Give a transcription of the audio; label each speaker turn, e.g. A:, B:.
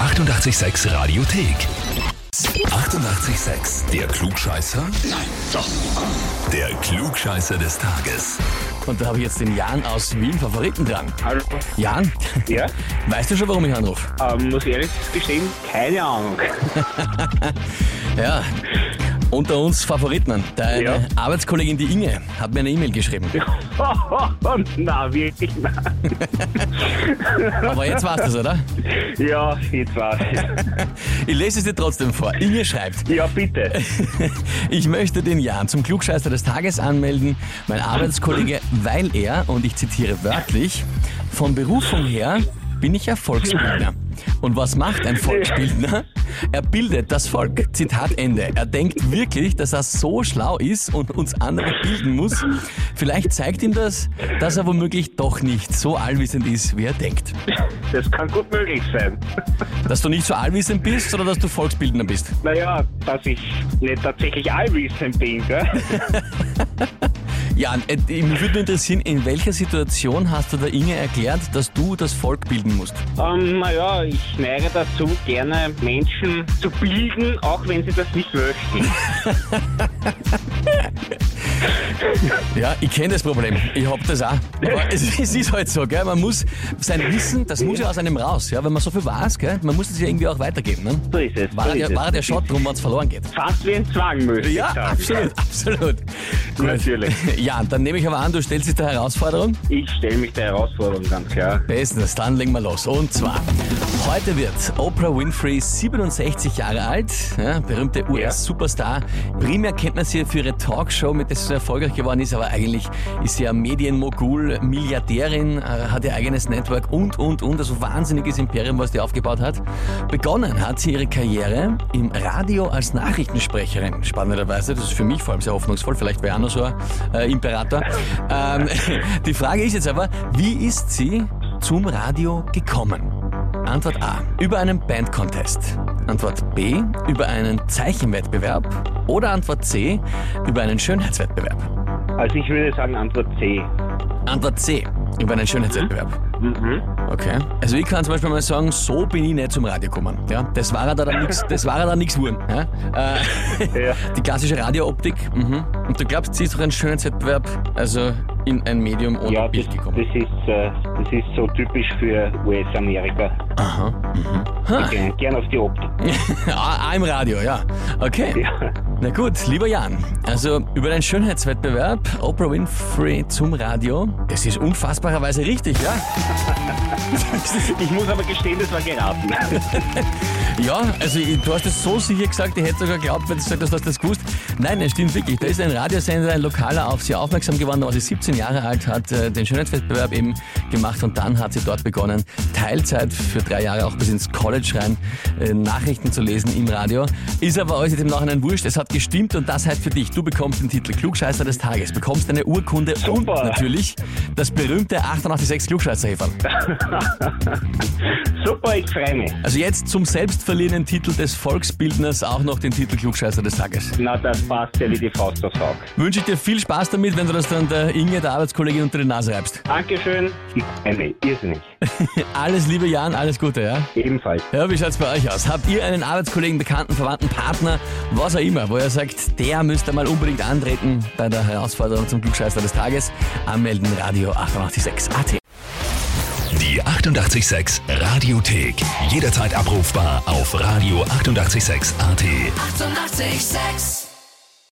A: 886 Radiothek. 88,6. Der Klugscheißer? Nein, doch. Der Klugscheißer des Tages.
B: Und da habe ich jetzt den Jan aus Wien Favoriten dran.
C: Hallo.
B: Jan,
C: Ja,
B: weißt du schon, warum ich anrufe?
C: ähm, muss ehrlich gestehen, keine Ahnung.
B: Ja. Unter uns Favoriten. Deine
C: Ja.
B: Arbeitskollegin, die Inge, hat mir eine E-Mail geschrieben.
C: na, wirklich, na.
B: Aber jetzt war's das, oder?
C: Ja, jetzt war's.
B: Ich lese es dir trotzdem vor. Inge schreibt,
C: Ja, bitte.
B: Ich möchte den Jan zum Klugscheißer des Tages anmelden, mein Arbeitskollege, weil er, und ich zitiere wörtlich, von Berufung her bin ich ja Volksbildner. Und was macht ein Volksbildner? Er bildet das Volk. Zitat Ende. Er denkt wirklich, dass er so schlau ist und uns andere bilden muss. Vielleicht zeigt ihm das, dass er womöglich doch nicht so allwissend ist, wie er denkt.
C: Das kann gut möglich sein.
B: Dass du nicht so allwissend bist, sondern dass du Volksbildner bist.
C: Naja, dass ich nicht tatsächlich allwissend bin, gell?
B: Jan, äh, mich würde interessieren, in welcher Situation hast du der Inge erklärt, dass du das Volk bilden musst?
C: Ähm, naja, ich neige dazu, gerne Menschen zu bilden, auch wenn sie das nicht möchten.
B: Ja, ich kenne das Problem. Ich hab das auch. Aber es, es ist halt so, gell? Man muss sein Wissen, das muss ja aus einem raus. Ja, wenn man so viel weiß, gell? Man muss es ja irgendwie auch weitergeben. Ne?
C: So ist es. So
B: War,
C: ist
B: der,
C: es.
B: war der Shot drum, wenn's verloren geht.
C: Fast wie ein Zwang, möchte
B: Ja,
C: ich sagen.
B: absolut, absolut. Gut.
C: Natürlich.
B: Jan, dann nehme ich aber an, du stellst dich der Herausforderung.
C: Ich stelle mich der Herausforderung ganz klar.
B: Bestens, dann legen wir los. Und zwar, heute wird Oprah Winfrey 67 Jahre alt, ja, berühmte US-Superstar. Primär kennt man sie für ihre Talkshow, mit der sie so erfolgreich geworden ist, aber eigentlich ist sie ja Medienmogul, Milliardärin, äh, hat ihr eigenes Network und, und, und. Also wahnsinniges Imperium, was die aufgebaut hat. Begonnen hat sie ihre Karriere im Radio als Nachrichtensprecherin. Spannenderweise, das ist für mich vor allem sehr hoffnungsvoll, vielleicht wäre auch noch so ein äh, Imperator. Ähm, die Frage ist jetzt aber, wie ist sie zum Radio gekommen? Antwort A. Über einen Bandcontest. Antwort B. Über einen Zeichenwettbewerb. Oder Antwort C. Über einen Schönheitswettbewerb.
C: Also ich würde sagen Antwort C.
B: Antwort C. Über einen Schönheitswettbewerb.
C: Mhm.
B: Okay. Also ich kann zum Beispiel mal sagen, so bin ich nicht zum Radio gekommen. Ja, das war ja da dann nix, das war ja da nix wurm. Ja? Äh,
C: Ja.
B: Die klassische Radiooptik. Mhm. Und du glaubst, sie ist durch einen Schönheitswettbewerb, also in ein Medium ohne
C: Ja, das,
B: Bild
C: das,
B: gekommen.
C: ist, äh, das ist so typisch für US-Amerika.
B: Aha.
C: Die gehen Gern auf die Optik.
B: ah, ah, im Radio, ja. Okay.
C: Ja.
B: Na gut, lieber Jan, also über den Schönheitswettbewerb Oprah Winfrey zum Radio, das ist unfassbarerweise richtig, ja?
C: Ich muss aber gestehen, das war geraten.
B: Ja, also ich- du hast es so sicher gesagt, ich hätte sogar geglaubt, wenn du gesagt hast, dass du das gewusst. Nein, das stimmt wirklich. Da ist ein Radiosender, ein Lokaler auf sie aufmerksam geworden, da war sie 17 Jahre alt, hat äh, den Schönheitswettbewerb eben gemacht und dann hat sie dort begonnen, Teilzeit für drei Jahre auch bis ins College rein, äh, Nachrichten zu lesen im Radio. Ist aber euch jetzt im Nachhinein wurscht, es hat gestimmt und das heißt für dich, du bekommst den Titel Klugscheißer des Tages, bekommst eine Urkunde und
C: Super.
B: natürlich das berühmte 886 Klugscheißerheferl.
C: Super, ich freue mich.
B: Also jetzt zum selbstverliehenen Titel des Volksbildners auch noch den Titel Klugscheißer des Tages.
C: Na, das passt ja wie die Faust aufs Auge.
B: Wünsche ich dir viel Spaß damit, wenn du das dann der Inge, der Arbeitskollegin, unter die Nase reibst.
C: Dankeschön. Ich freue mich. Irrsinnig.
B: Alles Liebe, Jan, alles Gute, ja?
C: Ebenfalls.
B: Ja, wie schaut's bei euch aus? Habt ihr einen Arbeitskollegen, Bekannten, Verwandten, Partner, was auch immer, wo ihr sagt, der müsste mal unbedingt antreten bei der Herausforderung zum Klugscheißer des Tages? Anmelden, Radio 886 AT.
A: Die 88,6 Radiothek. Jederzeit abrufbar auf radio886.at. 88,6.
D: Eighty-eight, sex.